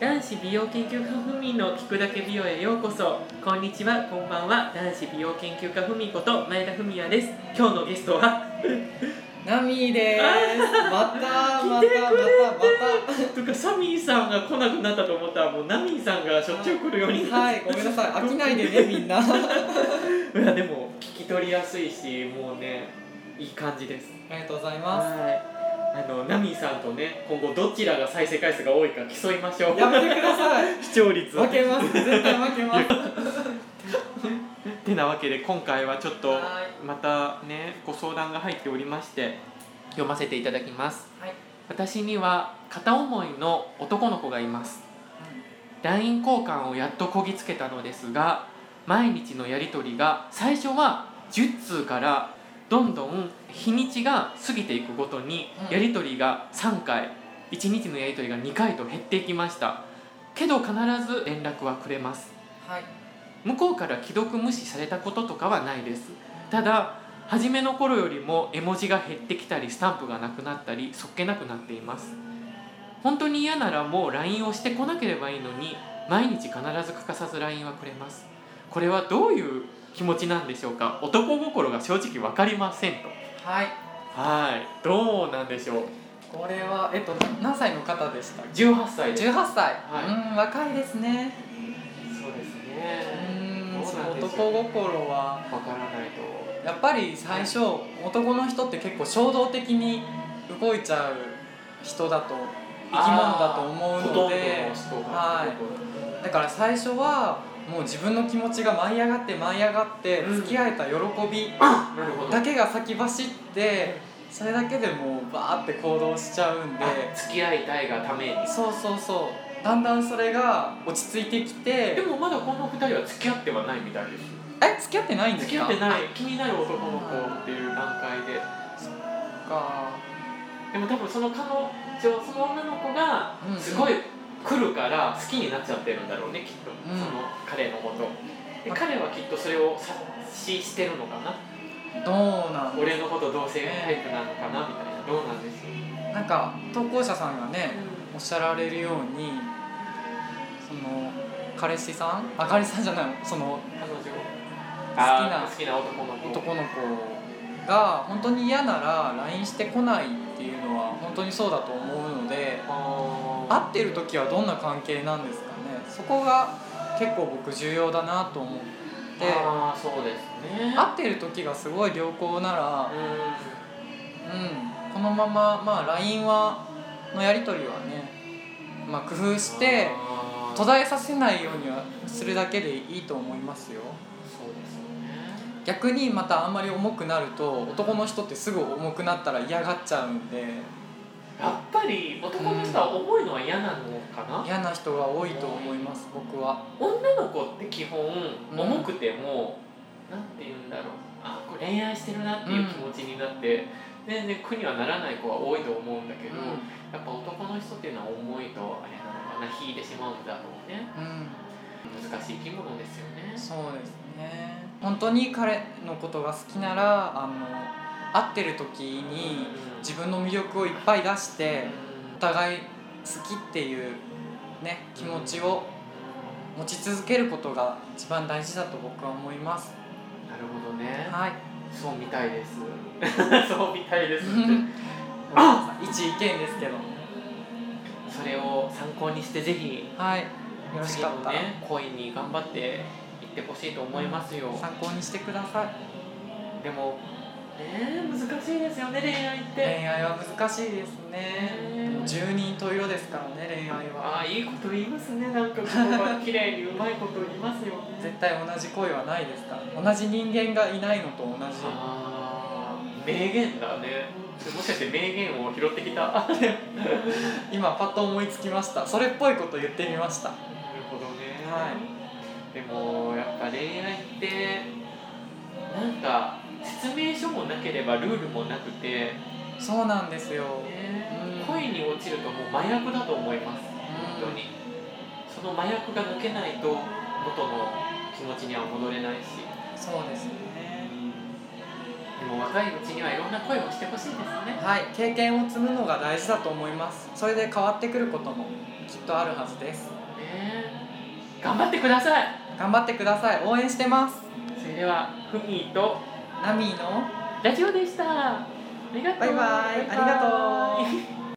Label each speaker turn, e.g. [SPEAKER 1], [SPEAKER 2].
[SPEAKER 1] 男子美容研究家ふみの聞くだけ美容へようこそこんにちはこんばんは男子美容研究家ふみこと前田ふみやです今日のゲストは
[SPEAKER 2] ナミーです。またまたまたま
[SPEAKER 1] 来てとかサミーさんが来なくなったと思ったらもうナミーさんがしょっちゅう来るようにな
[SPEAKER 2] た。
[SPEAKER 1] っ
[SPEAKER 2] はい、ごめんなさい。飽きないでねみんな。あ
[SPEAKER 1] て、いやでも聞き取りやすいしもうねいい感じです
[SPEAKER 2] りがとうございます。
[SPEAKER 1] はいあのナミーさんとね今後どちらが再生回数が多いか競いまし ょう
[SPEAKER 2] やめてください。
[SPEAKER 1] 視聴率を
[SPEAKER 2] 負けます。絶対負けます。
[SPEAKER 1] てなわけで今回はちょっと
[SPEAKER 2] は
[SPEAKER 1] またねご相談が入っておりまして読ませていただきます
[SPEAKER 2] はい。
[SPEAKER 1] 私には片思いの男の子がいます LINE 交換をやっとこぎつけたのですが毎日のやり取りが最初は10通からどんどん日にちが過ぎていくごとに
[SPEAKER 2] うん
[SPEAKER 1] やり取りが3回1日のやり取りが2回と減っていきましたけど必ず連絡はくれます
[SPEAKER 2] はい。
[SPEAKER 1] 向こうから既読無視されたこととかはないですただ初めの頃よりも絵文字が減ってきたりスタンプがなくなったりそっけなくなっています本当に嫌ならもう LINE をしてこなければいいのに毎日必ず欠かさず LINE はくれますこれはどういう気持ちなんでしょうか男心が正直わかりませんと
[SPEAKER 2] はい。
[SPEAKER 1] はいどうなんでしょう
[SPEAKER 2] これはえっと何歳の方でしたっけ？
[SPEAKER 1] 18歳です
[SPEAKER 2] 十八歳。
[SPEAKER 1] はい
[SPEAKER 2] うん若いですね。
[SPEAKER 1] そうです
[SPEAKER 2] う
[SPEAKER 1] ね
[SPEAKER 2] ん。
[SPEAKER 1] そう
[SPEAKER 2] そ
[SPEAKER 1] なん
[SPEAKER 2] の
[SPEAKER 1] ですよ
[SPEAKER 2] 男心は
[SPEAKER 1] わからないと
[SPEAKER 2] やっぱり最初男の人って結構衝動的に動いちゃう人だと生き物だと思
[SPEAKER 1] ほ
[SPEAKER 2] うの
[SPEAKER 1] とんどの
[SPEAKER 2] で。
[SPEAKER 1] 人が
[SPEAKER 2] はいだから最初はもう自分の気持ちが舞い上がって舞い上がって
[SPEAKER 1] うん
[SPEAKER 2] 付き合えた喜び
[SPEAKER 1] なるほど
[SPEAKER 2] だけが先走ってそれだけでもうバーって行動しちゃうんで
[SPEAKER 1] あ付き合いたいがために
[SPEAKER 2] そうそうそうだんだんそれが落ち着いてきて
[SPEAKER 1] でもまだこの2人は付き合ってはないみたいです
[SPEAKER 2] え付き合ってないんですか
[SPEAKER 1] 付き合ってない気になる男の子っていう段階で
[SPEAKER 2] か
[SPEAKER 1] でも多分その彼女その女の子が
[SPEAKER 2] うん
[SPEAKER 1] すごい来るから好きになっちゃってるんだろうねきっと、
[SPEAKER 2] うん
[SPEAKER 1] その彼のことで
[SPEAKER 2] あ
[SPEAKER 1] 彼はきっとそれを察ししてるのかな
[SPEAKER 2] どうなん
[SPEAKER 1] 俺のことどうせタイプなのかなみたいなどうなんですよ、
[SPEAKER 2] なんか投稿者さんがねおっしゃられるようにその彼氏さんあ彼氏さんじゃないその
[SPEAKER 1] 彼女
[SPEAKER 2] な
[SPEAKER 1] あー好きな男の子
[SPEAKER 2] 男の子が本当に嫌なら LINE してこないっていうのは本当にそうだと思うので
[SPEAKER 1] あー
[SPEAKER 2] 会ってる時はどんな関係なんですかねそこが結構僕重要だなと思って
[SPEAKER 1] あーそうですね
[SPEAKER 2] 会ってる時がすごい良好なら、
[SPEAKER 1] うん
[SPEAKER 2] うん、このまま、まあ、LINE はのやり取りはね、まあ、工夫して
[SPEAKER 1] あー
[SPEAKER 2] 途絶えさせないようにはするだけでいいと思いますよ。
[SPEAKER 1] そうですよね
[SPEAKER 2] 逆にまたあんまり重くなると男の人ってすぐ重くなったら嫌がっちゃうんで
[SPEAKER 1] やっぱり男の人は重いのは嫌なのかな、
[SPEAKER 2] 嫌な人が多いと思います僕は
[SPEAKER 1] 女の子って基本
[SPEAKER 2] うん
[SPEAKER 1] 重くても、なんて言うんだろうあこれ恋愛してるなっていう気持ちになって、全然苦にはならない子は多いと思うんだけど、やっぱ男の人っていうのは重いとあれなのかな引いてしまうんだろうね
[SPEAKER 2] うん、
[SPEAKER 1] 難しい生き物ですよね
[SPEAKER 2] そうですね本当に彼のことが好きならあの会ってる時に自分の魅力をいっぱい出してお互い好きっていうね気持ちを持ち続けることが一番大事だと僕は思います
[SPEAKER 1] なるほどね
[SPEAKER 2] はい
[SPEAKER 1] そうみたいです そうみたいです
[SPEAKER 2] あ一意見ですけど
[SPEAKER 1] それを参考にしてぜひ
[SPEAKER 2] はいよろしかったら、
[SPEAKER 1] 次のね恋に頑張っていってほしいと思いますよ、
[SPEAKER 2] 参考にしてください
[SPEAKER 1] でもねえ難しいですよね恋愛って、
[SPEAKER 2] 恋愛は難しいです
[SPEAKER 1] ね
[SPEAKER 2] ね十人十色ですからね恋愛は
[SPEAKER 1] ああいいこと言いますねなんか言葉綺麗にうまいこと言いますよね
[SPEAKER 2] 絶対同じ恋はないですから同じ人間がいないのと同じ
[SPEAKER 1] ああ名言だねもしかして名言を拾ってきたなる
[SPEAKER 2] 今パッと思いつきましたそれっぽいこと言ってみました
[SPEAKER 1] ほどね、
[SPEAKER 2] は
[SPEAKER 1] でもやっぱ恋愛ってなんか説明書もなければルールもなくて、
[SPEAKER 2] そうなんですよ
[SPEAKER 1] ね
[SPEAKER 2] うん
[SPEAKER 1] 恋に落ちるともう麻薬だと思います本当にその麻薬が抜けないと元の気持ちには戻れないし
[SPEAKER 2] そうですね
[SPEAKER 1] でも若いうちにはいろんな恋をしてほしいですね
[SPEAKER 2] はい経験を積むのが大事だと思いますそれで変わってくることもきっきっとあるはずです
[SPEAKER 1] ね頑張ってください
[SPEAKER 2] 頑張ってください応援してます
[SPEAKER 1] それではふみーと
[SPEAKER 2] ナミーの
[SPEAKER 1] ラジオでしたありがとう
[SPEAKER 2] バイバイありがとう
[SPEAKER 1] バイバイ